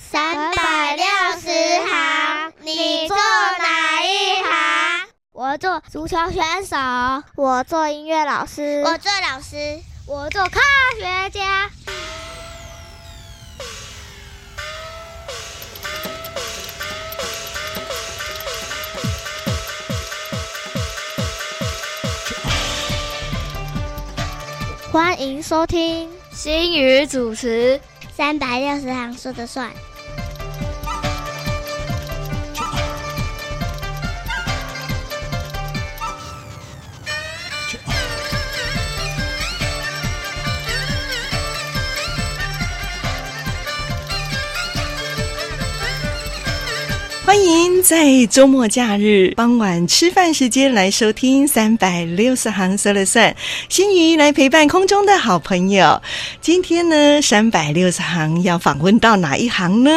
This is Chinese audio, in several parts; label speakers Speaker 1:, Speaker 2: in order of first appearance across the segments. Speaker 1: 三百六十行，你做哪一行？
Speaker 2: 我做足球选手，
Speaker 3: 我做音乐老师，
Speaker 1: 我做老师，
Speaker 2: 我做科学家。
Speaker 3: 欢迎收听
Speaker 2: 新宇主持，
Speaker 1: 三百六十行说的算。
Speaker 4: 欢迎在周末假日傍晚吃饭时间来收听三百六十行说了算，心怡来陪伴空中的好朋友。今天呢，三百六十行要访问到哪一行呢？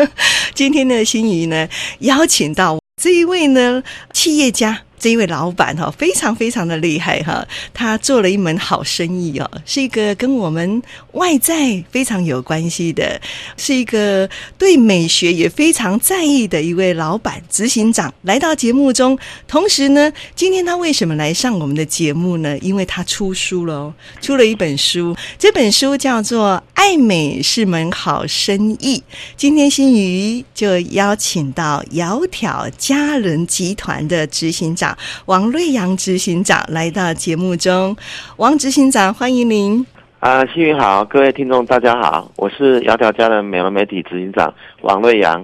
Speaker 4: 今天呢，心怡呢邀请到这一位呢企业家。这一位老板哈，非常非常的厉害哈，他做了一门好生意哦，是一个跟我们外在非常有关系的，是一个对美学也非常在意的一位老板执行长来到节目中。同时呢，今天他为什么来上我们的节目呢？因为他出书了哦，出了一本书，这本书叫做《爱美是门好生意》。今天新宇就邀请到窈窕佳人集团的执行长。王瑞阳执行长来到节目中，王执行长，欢迎您。
Speaker 5: 啊，新宇好，各位听众大家好，我是窈窕佳人美容媒体执行长王瑞阳。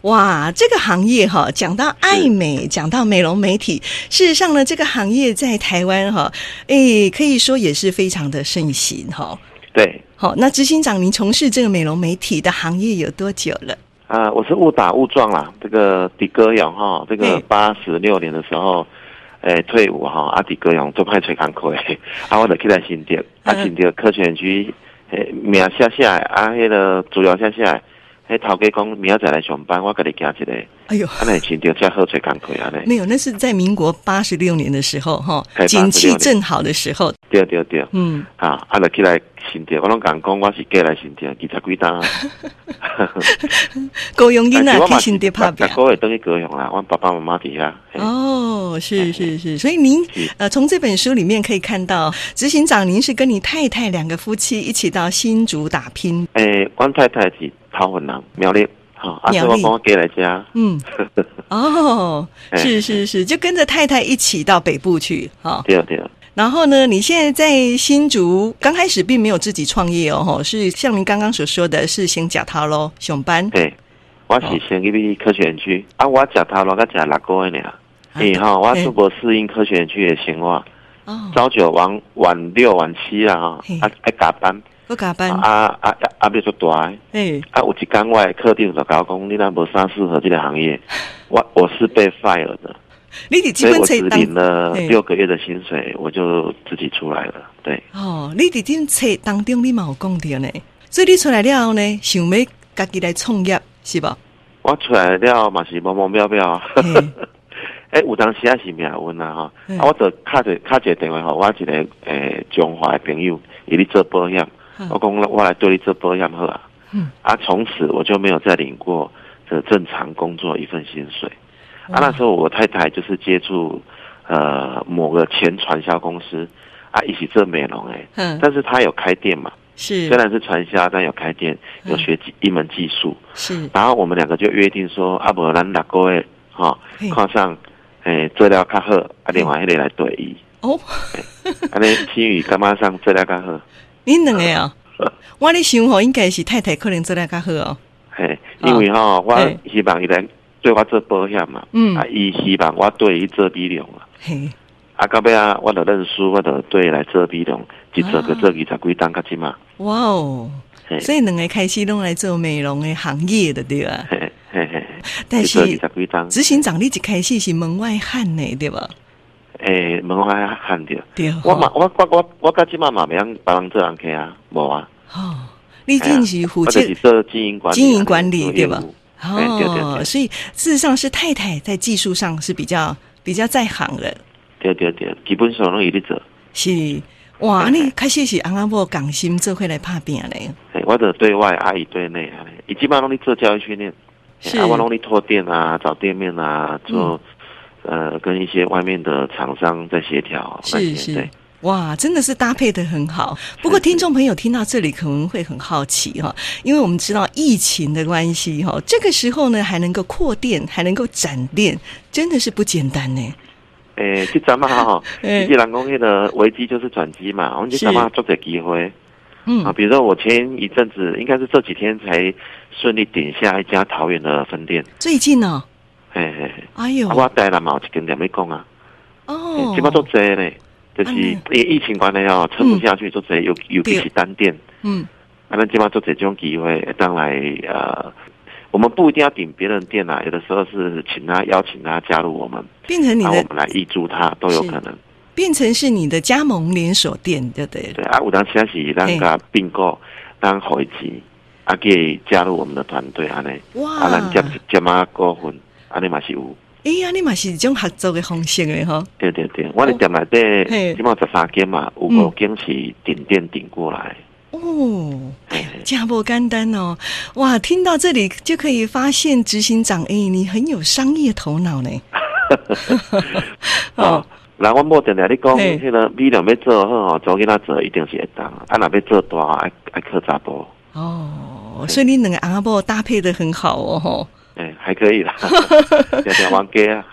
Speaker 4: 哇，这个行业哈、哦，讲到爱美，讲到美容美体，事实上呢，这个行业在台湾哈、哦，诶，可以说也是非常的盛行哈、哦。
Speaker 5: 对，
Speaker 4: 好，那执行长，您从事这个美容媒体的行业有多久了？
Speaker 5: 啊，我是误打误撞啦，这个迪哥勇哈，这个八十六年的时候。诶，退伍哈，啊阿弟哥用做派吹港口诶， 啊，我就去来新店，啊，新店科学园区诶，名写写诶，啊，迄个资料写写诶，迄头家讲明仔载来上班，我甲你行一个，
Speaker 4: 哎呦，
Speaker 5: 啊，来新店才好吹港口啊嘞，
Speaker 4: 没有，那是在民国八十六年的时候哈，
Speaker 5: 嘿
Speaker 4: 景气
Speaker 5: 86
Speaker 4: 正好的时候，
Speaker 5: 对对对，
Speaker 4: 嗯，
Speaker 5: 啊，啊，就起来新店，我拢共讲我是过来新店，二十几单啊，
Speaker 4: 够用囡
Speaker 5: 但是
Speaker 4: 仔
Speaker 5: 我嘛
Speaker 4: 提心
Speaker 5: 是
Speaker 4: 跌怕表
Speaker 5: 逐。个月等去高雄啦，阮爸爸妈妈伫遐，嘿
Speaker 4: 哦，是
Speaker 5: 嘿
Speaker 4: 是是，所以您
Speaker 5: 是
Speaker 4: 呃，从这本书里面可以看到，执行长您是跟你太太两个夫妻一起到新竹打拼，
Speaker 5: 诶，阮太太是桃园人，苗栗，吼，啊，所以
Speaker 4: 苗
Speaker 5: 我
Speaker 4: 栗
Speaker 5: 讲我过来遮，
Speaker 4: 嗯，哦，
Speaker 5: 嘿
Speaker 4: 是是是，就跟着太太一起到北部去哈、
Speaker 5: 对对。
Speaker 4: 然后呢，你现在在新竹，刚开始并没有自己创业哦，吼是像您刚刚所说的是先假头喽，上班，
Speaker 5: 对，我
Speaker 4: 哦
Speaker 5: 是先去科学园区，啊，我食头路甲食六个月尔，
Speaker 4: 啊
Speaker 5: 因为吼，我都无适应科学园区的生活，
Speaker 4: 哦，
Speaker 5: 早九晚晚六晚七啦吼
Speaker 4: 嘿，
Speaker 5: 啊爱加班，
Speaker 4: 不加班，
Speaker 5: 啊啊啊压力足大的，
Speaker 4: 哎，
Speaker 5: 啊有一天我的课长就甲我讲，你若无啥适合这个行 业，我我是被 fire 的，
Speaker 4: 你得基
Speaker 5: 所以
Speaker 4: 本
Speaker 5: 我
Speaker 4: 才
Speaker 5: 只
Speaker 4: 当
Speaker 5: 领了
Speaker 4: 嘿
Speaker 5: 六个月的薪水，我就自己出来了，对。
Speaker 4: 哦，你伫顶册当中你嘛有讲着呢，所以你出来了后呢，想要家己来创业是吧？
Speaker 5: 我出来了嘛是懵懵渺渺啊
Speaker 4: 嘿，
Speaker 5: 诶、哎有当时也是命运啊吼，
Speaker 4: 嗯
Speaker 5: 啊，我就敲一敲一个电话吼，我一个诶中华的朋友，伊咧做保险，
Speaker 4: 嗯
Speaker 5: 我讲我来对你做保险好啊，
Speaker 4: 嗯
Speaker 5: 啊，从此我就没有再领过这正常工作一份薪水，啊，
Speaker 4: 哇
Speaker 5: 那时候我太太就是接触呃某个前传销公司啊，一起做美容诶，
Speaker 4: 嗯，
Speaker 5: 但是她有开店嘛，
Speaker 4: 是
Speaker 5: 虽然是传销，但有开店，
Speaker 4: 嗯
Speaker 5: 有学技一门技术。
Speaker 4: 是，
Speaker 5: 然后我们两个就约定说，啊，无咱六个月，吼、
Speaker 4: 嘿
Speaker 5: 看上，诶、做了较好，啊，另外迄个来对伊，
Speaker 4: 哦，
Speaker 5: 安尼青宇感觉上做了较好，
Speaker 4: 恁两个 啊、我咧想吼，应该是太太可能做得较好哦，
Speaker 5: 嘿，因为吼、我
Speaker 4: 嘿
Speaker 5: 希望伊来对我做保险嘛，
Speaker 4: 嗯
Speaker 5: 啊，伊希望我对伊做美容嘛，
Speaker 4: 嘿，
Speaker 5: 啊，到尾啊，我就认输，我就对伊来做美容，一做个
Speaker 4: 啊
Speaker 5: 做二十几单较即嘛，
Speaker 4: 哇哦，
Speaker 5: 嘿，
Speaker 4: 所以两个开始拢来做美容的行业的对啊，
Speaker 5: 嘿嘿嘿，
Speaker 4: 但
Speaker 5: 一做二
Speaker 4: 是
Speaker 5: 十几单，
Speaker 4: 执行长你一开始是门外汉呢，对吧？
Speaker 5: 诶、问我喊着，
Speaker 4: 对，
Speaker 5: 我嘛，我我我我到即嘛嘛袂晓帮人做人客啊，无啊。
Speaker 4: 哦，你竟是负
Speaker 5: 或
Speaker 4: 责
Speaker 5: 者是做经营管理啊，
Speaker 4: 经营管理
Speaker 5: 做
Speaker 4: 对
Speaker 5: 业
Speaker 4: 吧
Speaker 5: 务？哎对对
Speaker 4: 哦，
Speaker 5: 对
Speaker 4: 所以事实上是太太在技术上是比较比较在行的，
Speaker 5: 对对对，基本上拢伊咧做。
Speaker 4: 是。哇，
Speaker 5: 哎
Speaker 4: 安尼开始是翁仔某共心做伙来拍拼咧，
Speaker 5: 嘿我的对外，阿姨对内，伊基本上拢咧做教育训练，
Speaker 4: 是
Speaker 5: 嘿啊，我拢咧拓店啊，找店面啊，做、呃跟一些外面的厂商在协调啊那
Speaker 4: 嗯是
Speaker 5: 些，
Speaker 4: 是
Speaker 5: 对，。
Speaker 4: 哇，真的是搭配的很好。不过听众朋友听到这里可能会很好奇哈，因为我们知道疫情的关系哈，这个时候呢还能够扩店，还能够展店，真的是不简单呢。
Speaker 5: 诶、这阵啊嘛 吼，
Speaker 4: 哎
Speaker 5: 一些人讲迄个危机就是转机嘛，我们这阵嘛抓着机会啊，
Speaker 4: 嗯，
Speaker 5: 比如说我前一阵子，应该是这几天才顺利顶下一家桃园的分店，
Speaker 4: 最近呢、
Speaker 5: 嘿嘿嘿，
Speaker 4: 哎呦
Speaker 5: 啊，，我带了嘛，有一间店要讲啊。
Speaker 4: 哦，
Speaker 5: 起码都多呢，就是
Speaker 4: 安尼
Speaker 5: 因为疫情关系哦，撑不下去都多，尤尤其是单店，
Speaker 4: 嗯，
Speaker 5: 啊，咱起码都这种机会，当然呃，我们不一定要顶别人店啊啦，有的时候是请他邀请他加入我们，
Speaker 4: 变成你
Speaker 5: 然后我
Speaker 4: 的
Speaker 5: 们来挹注他都有
Speaker 4: 是
Speaker 5: 可能。
Speaker 4: 变成是你的加盟连锁店，对不对？
Speaker 5: 对啊，有当时在是咱甲并购，咱回击，啊，给加入我们的团队安尼，
Speaker 4: 哇，
Speaker 5: 啊，咱接接嘛股份，安尼嘛是有。
Speaker 4: 哎呀，你嘛是一种合作的方式的哈。
Speaker 5: 对对对，我的店内
Speaker 4: 嘿嗯
Speaker 5: 底起码十三间嘛，有五间是顶店顶过来。
Speaker 4: 哦，
Speaker 5: 嘿嘿
Speaker 4: 这样不简单哦！哇，听到这里就可以发现执行长，哎，你很有商业头脑呢。
Speaker 5: 哦
Speaker 4: 哦，，
Speaker 5: 那我某定定你讲，
Speaker 4: 嘿
Speaker 5: 迄个美容要做好吼，做囡仔做一定是会当，啊，若要做大爱爱靠查甫，
Speaker 4: 哦，所以你两个阿伯搭配的很好哦，吼，
Speaker 5: 诶、还 可以啦，定定冤家啊，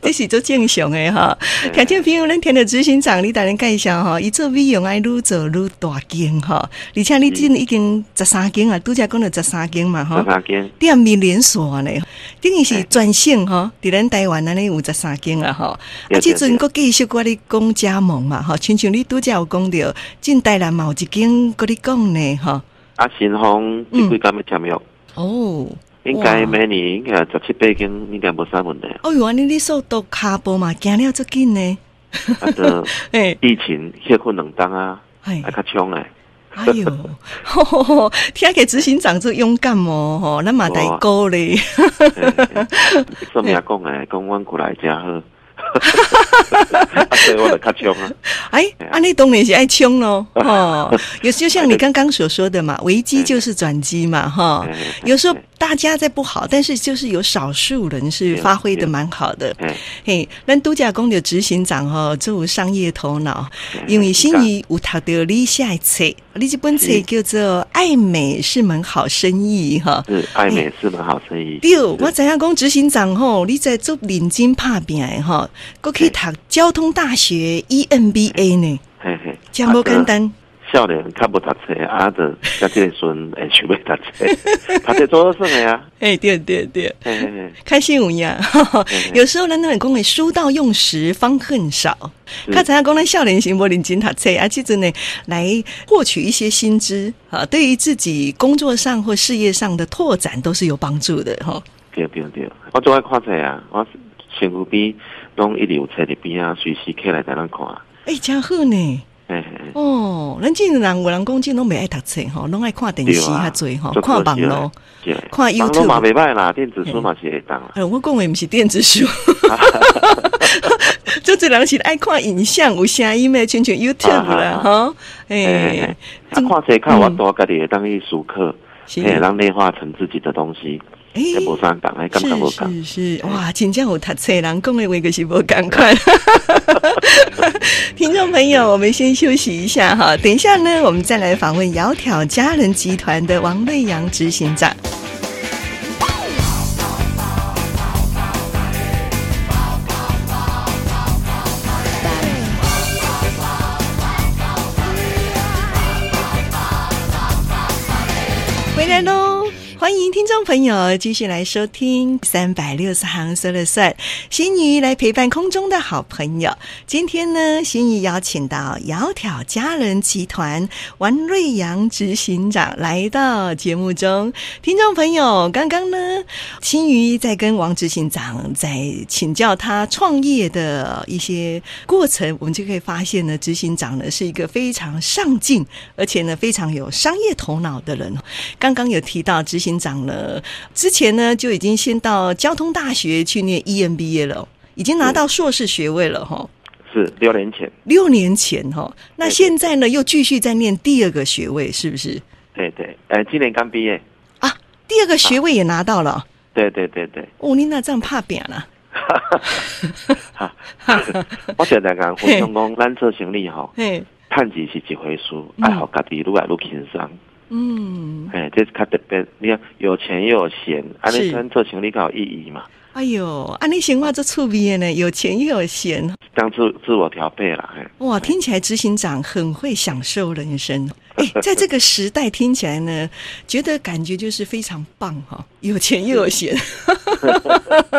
Speaker 4: 这是做正常的哈。 听见朋友，咱听到执行长，你大人介绍哈，伊做美容爱愈做愈大间哈，而且你真已经十三间啊，拄则讲到十三间嘛 哈
Speaker 5: 十。三间，
Speaker 4: 店面连锁呢，等于是
Speaker 5: 嘿
Speaker 4: 转型吼，伫咱台湾安尼有十三间啊吼，啊，
Speaker 5: 对
Speaker 4: 即
Speaker 5: 对
Speaker 4: 阵佫继续我咧讲加盟嘛吼，亲像你拄则有讲着，进台南嘛有一间佫咧讲呢吼，
Speaker 5: 啊，新丰即几间要签约，
Speaker 4: 哦，
Speaker 5: 应该
Speaker 4: 嗯哇
Speaker 5: 明年应该十七八间应该无啥问题，
Speaker 4: 哦哟，安尼你速度骹步嘛，行了足紧呢，
Speaker 5: 啊， 就
Speaker 4: 诶、
Speaker 5: 疫情歇困两冬啊，
Speaker 4: 哎
Speaker 5: 啊，较冲诶，
Speaker 4: 哎哟，吼吼吼， 听起执行长做勇敢哦吼，咱嘛大鼓咧，
Speaker 5: 嘿说明讲诶，讲阮过来真好，啊，所以我就较冲啊，哎
Speaker 4: 哎，安尼当然是爱冲咯， 吼，有时就像你刚刚所说的嘛，危机就是转机嘛，哈。
Speaker 5: 嘿嘿
Speaker 4: 哦有时候大家在不好，但是就是有少数人是发挥的蛮好的。
Speaker 5: 嘿嘿
Speaker 4: 嘿，咱度假公的执行长哦，就有商业头脑，
Speaker 5: 嘿啊
Speaker 4: 因为心仪有读到你下一册，你这本册
Speaker 5: 是
Speaker 4: 叫做《爱美是门好生意》哈。
Speaker 5: 是爱美是门好生意。
Speaker 4: 对，我知影讲执行长吼，你在做认真拍拼的吼，搁去读交通大学 E EMBA 呢，
Speaker 5: 嘿嘿，啊
Speaker 4: 真无简。单。
Speaker 5: 少年较无读册，啊，就甲即个孙会想要读 册，读册做好算诶啊。
Speaker 4: 哎，对对对。
Speaker 5: 嘿嘿嘿，
Speaker 4: 开心有影，
Speaker 5: 嗯
Speaker 4: 有时候咱那讲的书到用时方恨少。
Speaker 5: 是
Speaker 4: 较知影讲咱少年时无认真读册，啊，即阵呢来获取一些新知啊，对于自己工作上或事业上的拓展都是有帮助的哈。
Speaker 5: 对对对，我最爱看册啊，我身躯边拢一直有册伫边啊，随时起来在咱看。
Speaker 4: 哎、真好呢！
Speaker 5: 嘿嘿，
Speaker 4: 哦，咱这人有人讲，这拢袂爱读册吼，拢爱看电视
Speaker 5: 啊
Speaker 4: 较济吼，
Speaker 5: 做
Speaker 4: 看
Speaker 5: 做
Speaker 4: 网
Speaker 5: 事的
Speaker 4: 络。，
Speaker 5: 对
Speaker 4: 看
Speaker 5: 网络
Speaker 4: YouTube
Speaker 5: 嘛袂歹啦，电子书嘛是会当啦。
Speaker 4: 哎，我讲的毋是电子 书，就这人是爱看影像，有声音的，亲像 YouTube 啦，
Speaker 5: 啊
Speaker 4: 吼，
Speaker 5: 嘿嘿
Speaker 4: 哎
Speaker 5: 嘿，啊，看册看我多家己会当去思考，
Speaker 4: 嗯是
Speaker 5: 嘿，让内化成自己的东西，
Speaker 4: 哎
Speaker 5: 这无相共，哎，感觉无共。
Speaker 4: 是是是，哇，真正有读册人讲的话就是无赶快。 听众朋
Speaker 5: 嗯
Speaker 4: 友，我们先休息一下哈，等一下呢，我们再来访问窈窕佳人集团的王瑞阳执行长。回来喽！欢迎听众朋友继续来收听三百六十行说了算，心怡来陪伴空中的好朋友。今天呢，心怡邀请到窈窕佳人集团王瑞阳执行长来到节目中。听众朋友，刚刚呢，心怡在跟王执行长在请教他创业的一些过程，我们就可以发现呢，执行长呢是一个非常上进，而且呢非常有商业头脑的人哦。刚刚有提到执行长呢，之前呢就已经 E 先到交通大学去念 EMBA 了，已经拿到硕士学位了哈。
Speaker 5: 是六年前，
Speaker 4: 六年前哈、那
Speaker 5: 对对
Speaker 4: 现在呢又继续在念第二个学位，是不是？
Speaker 5: 对对，呃，今年刚毕业，
Speaker 4: 啊，第二个学位也拿到了。
Speaker 5: 对对对 对，
Speaker 4: 哦，你那这样怕啊扁了？
Speaker 5: 哈，我常常讲分享讲，咱做生 意吼，
Speaker 4: 嘿，
Speaker 5: 趁钱是一回事，爱互家己愈来愈轻松。
Speaker 4: 嗯，
Speaker 5: 哎，这是较特别，你看有钱又有闲，安
Speaker 4: 是
Speaker 5: 尼咱做生意较有意义嘛，
Speaker 4: 哎呦，啊，你闲话这趣味的呢，有钱又有闲，
Speaker 5: 当自自我调配啦。嘿
Speaker 4: 哇，听起来执行长很会享受人生。哎，在这个时代听起来呢，觉得感觉就是非常棒哈、有钱又有闲。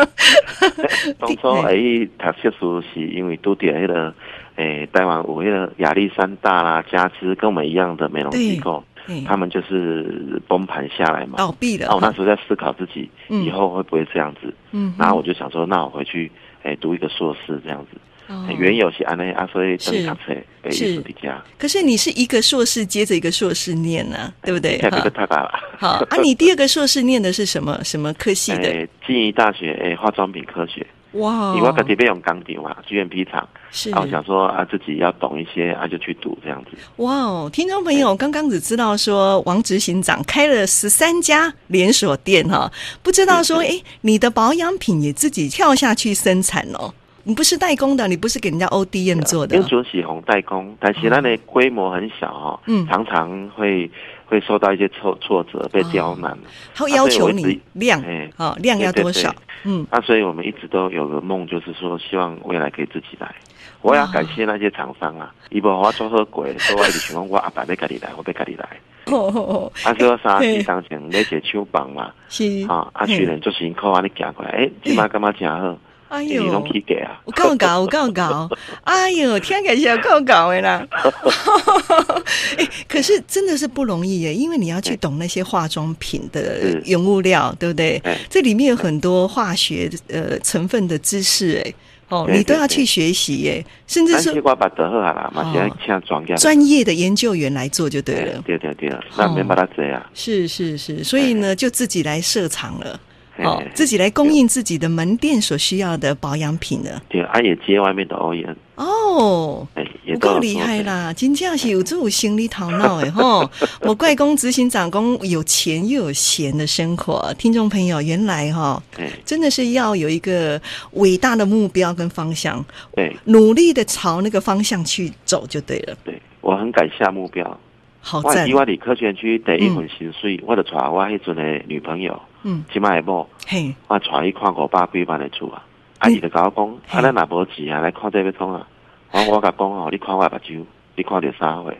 Speaker 5: 当初诶读硕士是因为拄着迄个诶、台湾有迄个亚历山大啦、加之跟我们一样的美容机构，
Speaker 4: 对
Speaker 5: 他们就是崩盘下来嘛。
Speaker 4: 倒嗯哦闭了
Speaker 5: 那我那时候在思考自己
Speaker 4: 嗯
Speaker 5: 以后会不会这样子，
Speaker 4: 嗯哼
Speaker 5: 然后我就想说，那我回去诶、读一个硕士这样子。
Speaker 4: 哦
Speaker 5: 诶原有是安尼啊，所以等
Speaker 4: 是
Speaker 5: 于读册诶，
Speaker 4: 是
Speaker 5: 哎艺术家，
Speaker 4: 可是你是一个硕士接着一个硕士念呢、对 不对？
Speaker 5: 下哎这个
Speaker 4: 哈
Speaker 5: 太大了。
Speaker 4: 好啊，你第二个硕士念的是什么什么科系的？
Speaker 5: 诶，静宜大学诶化妆品科学，
Speaker 4: 哇，
Speaker 5: 哎因为我自己要用钢厂嘛，GMP 厂，
Speaker 4: 哦是
Speaker 5: 啊，我想说啊，自己要懂一些啊，就去读这样子。
Speaker 4: 哇哦，听众朋
Speaker 5: 哎
Speaker 4: 友，刚刚只知道说王执行长开了十三家连锁店哈、不知道说
Speaker 5: 是是
Speaker 4: 诶，你的保养品也自己跳下去生产哦，你不是代工的，你不是给人家 ODM 做的
Speaker 5: 啊因为，准是红代工，但是那的规模很小哈、哦，
Speaker 4: 嗯
Speaker 5: 常常会会受到一些挫挫折，被刁难。
Speaker 4: 他会要求
Speaker 5: 啊所以我一
Speaker 4: 你
Speaker 5: 直
Speaker 4: 量
Speaker 5: 哎
Speaker 4: 哦，量要
Speaker 5: 对对
Speaker 4: 多少
Speaker 5: 对？
Speaker 4: 嗯，
Speaker 5: 那啊所以我们一直都有个梦，就是说希望未来可以自己来。我要感谢那些厂商啊，伊无让我做好过，所以我一直想讲我阿爸要家己来，我要家己来。
Speaker 4: 哦哦哦，
Speaker 5: 啊，所以我三
Speaker 4: 嘿
Speaker 5: 四当前咧个手棒嘛，
Speaker 4: 是
Speaker 5: 啊，啊，
Speaker 4: 嘿
Speaker 5: 虽然做辛苦啊，你行过来，诶、即摆感觉真好，
Speaker 4: 哎
Speaker 5: 因为拢
Speaker 4: 呦。
Speaker 5: 起价啊。
Speaker 4: 我够搞，我够搞，哎呦，天感谢够搞的啦！ 哎、可是真的是不容易耶，因为你要去懂那些化妆品的
Speaker 5: 是
Speaker 4: 原物料，对不对
Speaker 5: 哎？
Speaker 4: 这里面有很多化学呃成分的知识，哎，哦，
Speaker 5: 对
Speaker 4: 你都要
Speaker 5: 对
Speaker 4: 去学习耶，甚至
Speaker 5: 但是
Speaker 4: 是
Speaker 5: 我把得好啊啦，嘛是要
Speaker 4: 哦
Speaker 5: 请专家来。
Speaker 4: 专业的研究员来做就对
Speaker 5: 对
Speaker 4: 了。
Speaker 5: 对对对，那免把它啊这样。
Speaker 4: 是是是，所以呢，就自己来设厂了，
Speaker 5: 嘿
Speaker 4: 哦，自己来供应自己的门店所需要的保养品了。
Speaker 5: 对，啊也接外面的 OEM，
Speaker 4: 哦，
Speaker 5: 哎，也
Speaker 4: 不
Speaker 5: 都
Speaker 4: 够
Speaker 5: 有
Speaker 4: 厉
Speaker 5: 做
Speaker 4: 害。啦！真正是有这种心理头脑诶吼！ 我怪公执行长公有钱又有闲的生活，听众朋友，原来哈、
Speaker 5: 哎，
Speaker 4: 真的是要有一个伟大的目标跟方向，
Speaker 5: 对
Speaker 4: 努力的朝那个方向去走就对了。
Speaker 5: 对，我很敢下目标。
Speaker 4: 好
Speaker 5: 我
Speaker 4: 赞
Speaker 5: 以！我理科学区第一份薪水，我就娶我迄阵的女朋友，
Speaker 4: 嗯，
Speaker 5: 即摆某，
Speaker 4: 嘿，
Speaker 5: 我娶伊看五百几万的厝啊。啊，伊就甲我讲，
Speaker 4: 嘿
Speaker 5: 啊，咱若无钱啊，来看这要创啊。我我甲讲哦，你看我的目睭，你看着啥货？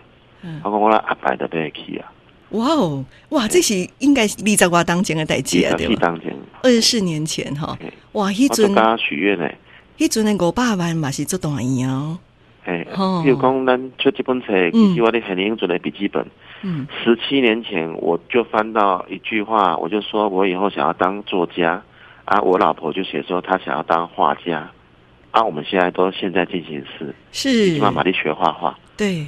Speaker 4: 嗯
Speaker 5: 我讲我那阿伯就买得起啊，
Speaker 4: 哇哦，
Speaker 5: 哎
Speaker 4: 哇，这是应该是立在我当前的代志啊，对
Speaker 5: 去
Speaker 4: 吧？
Speaker 5: 当前，
Speaker 4: 二十四年前哈、
Speaker 5: 嘿
Speaker 4: 哇，一
Speaker 5: 哎我就
Speaker 4: 阵
Speaker 5: 甲许愿嘞。
Speaker 4: 一阵的五百万嘛是做大医哦，
Speaker 5: 哎，
Speaker 4: 哦
Speaker 5: 比如讲，咱出这本册，其实我咧很认准的笔记本，
Speaker 4: 嗯，
Speaker 5: 十七年前我就翻到一句话，我就说我以后想要当作家，啊，我老婆就写说她想要当画家，啊，我们现在都现在进行式，
Speaker 4: 是
Speaker 5: 起，码玛丽学画画，
Speaker 4: 对。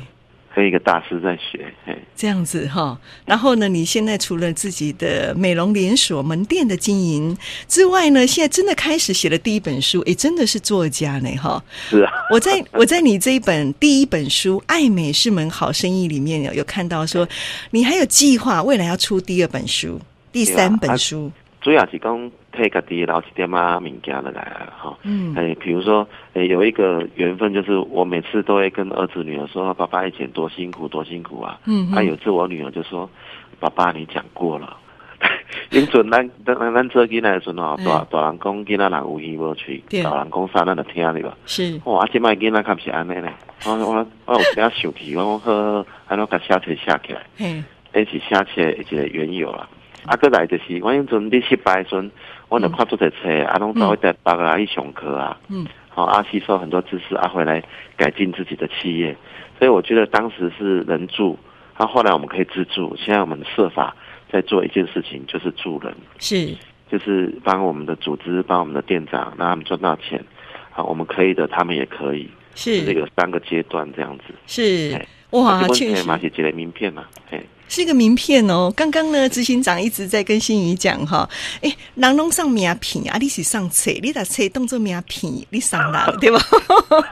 Speaker 5: 还有一个大师在学，嘿，
Speaker 4: 这样子哈，然后呢，你现在除了自己的美容连锁门店的经营之外呢，现在真的开始写了第一本书，诶，真的是作家呢哈。
Speaker 5: 是啊，
Speaker 4: 我 在我在你这一本第一本书《爱美是门好生意》里面有有看到说，你还有计划未来要出第二本书、第三本书，
Speaker 5: 主要是讲替家己留一点啊物件落来啊，哈、
Speaker 4: 嗯，
Speaker 5: 哎，比如说，哎，有一个缘分，就是我每次都会跟儿子女儿说，爸爸以前多辛苦，多辛苦啊。
Speaker 4: 嗯哼
Speaker 5: 啊，有一次我女儿就说，爸爸你讲过了。因准咱咱咱咱做囡仔的时阵吼，
Speaker 4: 嗯
Speaker 5: 大大人讲囡仔人有耳无喙，
Speaker 4: 对
Speaker 5: 老人讲啥咱就听对吧？
Speaker 4: 是
Speaker 5: 哦，啊，即摆囡仔较毋是安尼咧，我我我有点生气，我讲好好好，安怎甲写册写起来。
Speaker 4: 嘿，
Speaker 5: 一起写册一个缘由啦。啊，再来就是，我迄阵你失败的时阵，我就看做者册，啊，拢走去台北啊，去上课啊，
Speaker 4: 嗯，
Speaker 5: 好啊，吸收很多知识啊，回来改进自己的企业。所以我觉得当时是人助，啊，后来我们可以自助，现在我们设法在做一件事情，就是助人，
Speaker 4: 是
Speaker 5: 就是帮我们的组织，帮我们的店长，让他们赚到钱。啊，我们可以的，他们也可以，就是
Speaker 4: 是
Speaker 5: 有三个阶段这样子。
Speaker 4: 是
Speaker 5: 哎
Speaker 4: 哇，
Speaker 5: 这本哎
Speaker 4: 确
Speaker 5: 册
Speaker 4: 实
Speaker 5: 嘛是一个名片嘛，嘿，
Speaker 4: 是一个名片哦。刚刚呢，执行长一直在跟心怡讲哈，哎，人拢上名片啊，你是上册，你把册当做名片，你上 人对吧？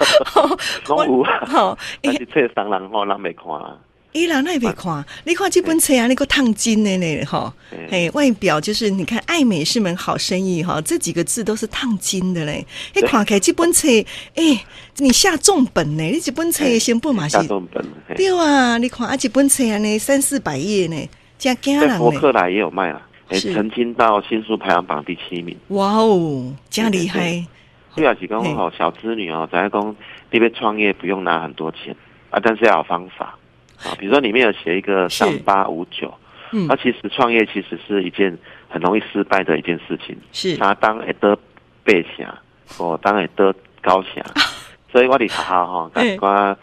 Speaker 5: 拢有啊
Speaker 4: 好，
Speaker 5: 但
Speaker 4: 哎，
Speaker 5: 是册商人吼，咱袂看啦。
Speaker 4: 伊人那也别看，你看这本册啊，那个烫金的呢，哈，
Speaker 5: 嗯
Speaker 4: 哎，外表就是你看“爱美是门好生意”哈，这几个字都是烫金的嘞。哎，看起来这本册，哎，你下重本呢，你这本册先不嘛是
Speaker 5: 大？众嗯本，嘿
Speaker 4: 对啊，你看啊，这本册安尼三四百页呢，真惊人
Speaker 5: 在博
Speaker 4: 呢！
Speaker 5: 客来也有卖啦，哎，
Speaker 4: 是
Speaker 5: 曾经到新书排行榜第七名。
Speaker 4: 哇哦，真厉
Speaker 5: 对
Speaker 4: 害！
Speaker 5: 主要是讲
Speaker 4: 嘿
Speaker 5: 吼，小资女哦，咱讲你被创业不用拿很多钱啊，但是要有方法啊。比如说里面有写一个
Speaker 4: 是
Speaker 5: 三八五九，
Speaker 4: 嗯
Speaker 5: 那，其实创业其实是一件很容易失败的一件事情。
Speaker 4: 是
Speaker 5: 他当会得背侠，我当会得高侠，
Speaker 4: 啊
Speaker 5: 所以我伫学 校吼，甲
Speaker 4: 嗯
Speaker 5: 一寡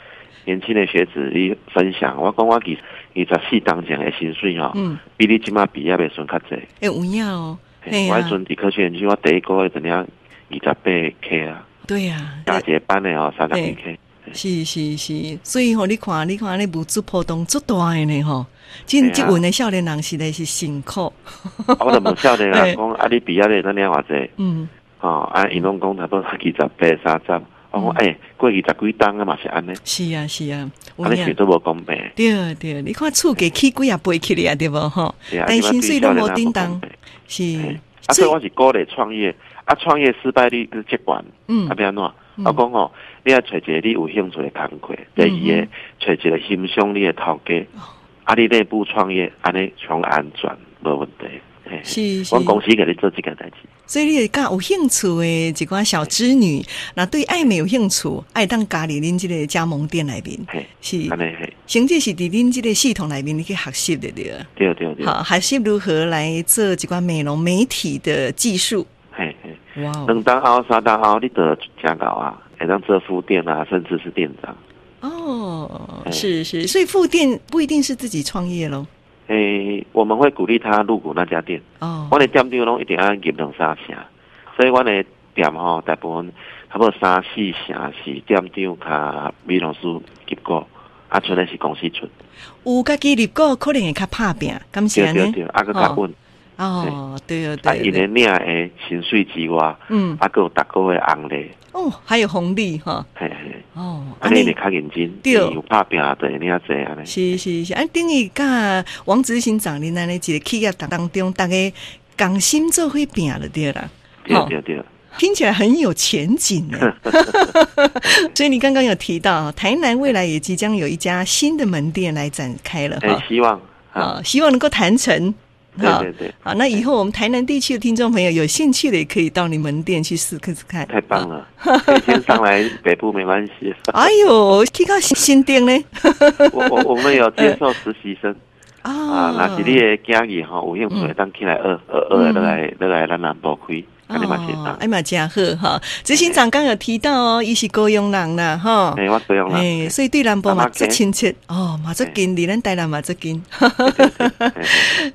Speaker 5: 年轻的学子伊分享，我讲我其二十四当前的薪水吼，
Speaker 4: 嗯，
Speaker 5: 比你即马毕业的算较济。
Speaker 4: 哎，有影哦，哎
Speaker 5: 我
Speaker 4: 呀，
Speaker 5: 迄阵伫科学园区，我第一个月怎样二十八 K 啊。
Speaker 4: 对呀，
Speaker 5: 大节班的哦，三十几 K，
Speaker 4: 是是是，所以吼、你看，你看，你无足波动足大的呢吼，真即阵的少年人实在是辛苦，
Speaker 5: 啊我就问少 年
Speaker 4: 嘿
Speaker 5: 人讲，啊，你毕业咧，咱领偌济？
Speaker 4: 嗯，
Speaker 5: 哦，啊，因拢讲差不多二十八、三十。我
Speaker 4: 嗯
Speaker 5: 讲，诶，过二十几档啊嘛是安尼，
Speaker 4: 是啊是啊，
Speaker 5: 安
Speaker 4: 有
Speaker 5: 尼是
Speaker 4: 影。
Speaker 5: 都无公平，
Speaker 4: 对对，你看厝价起几啊倍起来啊，对无吼？
Speaker 5: 对啊，
Speaker 4: 但
Speaker 5: 你们
Speaker 4: 薪
Speaker 5: 对
Speaker 4: 水
Speaker 5: 少
Speaker 4: 拢
Speaker 5: 年
Speaker 4: 无
Speaker 5: 人
Speaker 4: 叮
Speaker 5: 不
Speaker 4: 当
Speaker 5: 公平，
Speaker 4: 是
Speaker 5: 嘿，啊，所以我
Speaker 4: 以
Speaker 5: 是鼓励创业，啊，创业失败率是极悬，
Speaker 4: 嗯
Speaker 5: 啊，要安怎？
Speaker 4: 嗯
Speaker 5: 我讲哦，你要找一个你有兴趣的工课，第二
Speaker 4: 嗯哦
Speaker 5: 个找一个欣赏你的头家，啊，你内部创业安尼从安全无问题。嘿
Speaker 4: 是是
Speaker 5: 我公司给你做这件代志。
Speaker 4: 所以你会较有兴趣的一寡小织女，那对爱美有兴趣，爱当家里恁即个加盟店内面，
Speaker 5: 嘿，
Speaker 4: 是
Speaker 5: 安，尼嘿，
Speaker 4: 甚至是伫恁即个系统内面，你去学习的对了。
Speaker 5: 对对对，
Speaker 4: 好，还是如何来做一款美容媒体的技术？
Speaker 5: 嘿嘿，
Speaker 4: 哇哦，
Speaker 5: 两当凹三当凹，你得真搞啊，会当做副店啊，甚至是店长。
Speaker 4: 哦，
Speaker 5: 哎
Speaker 4: 是是，所以副店不一定是自己创业喽。
Speaker 5: 诶、我们会鼓励他入股那家店。
Speaker 4: 哦
Speaker 5: 我，的店长拢一定要入两三成，所以我的店吼，大部分差不多三四成是店长甲美容师入股，啊，剩的是公司出。
Speaker 4: 有家己入股可能会较怕拼，感谢
Speaker 5: 对对
Speaker 4: 呢。
Speaker 5: 对，啊，佫较稳，
Speaker 4: 哦，对哦
Speaker 5: 啊，一
Speaker 4: 对对，
Speaker 5: 年领的薪水之外，啊，
Speaker 4: 嗯，
Speaker 5: 佫有逐个月红利，
Speaker 4: 哦，还有红利哈，
Speaker 5: 嘿嘿，
Speaker 4: 哦，
Speaker 5: 安尼你较认真，
Speaker 4: 对
Speaker 5: 你有拍拼就会领济安尼。
Speaker 4: 是是是，啊，等于甲王执行长恁安尼一个企业当中，大家共心做伙拼了对啦。
Speaker 5: 对
Speaker 4: 好
Speaker 5: 对对，
Speaker 4: 听起来很有前景 呢。所以你刚刚有提到，台南未来也即将有一家新的门店来展开了
Speaker 5: 诶、
Speaker 4: 哈，
Speaker 5: 希望啊，
Speaker 4: 啊，希望能够谈成。
Speaker 5: 对
Speaker 4: 哈
Speaker 5: 对对，
Speaker 4: 好，那以后我们台南地区的听众朋友有兴趣的，也可以到你门店去试看看。
Speaker 5: 太棒
Speaker 4: 啊！
Speaker 5: 了，可以先上来北部没 关系，
Speaker 4: 哎呦，去到新店呢
Speaker 5: 我我我们有接受实习生。啊，嗯
Speaker 4: 啊
Speaker 5: 若是你的囝儿吼，有兴趣当起来学学学的来来来咱南部开，安尼嘛是当。
Speaker 4: 哎嘛，真好哈！执行长刚有提到哦，伊是高雄人啦，哈。
Speaker 5: 哎，我这样啦。
Speaker 4: 哎，所以对南部嘛
Speaker 5: 南马
Speaker 4: 足
Speaker 5: 街哎
Speaker 4: 亲切哦，嘛足近，离咱台南嘛足近。
Speaker 5: 对对对嘿嘿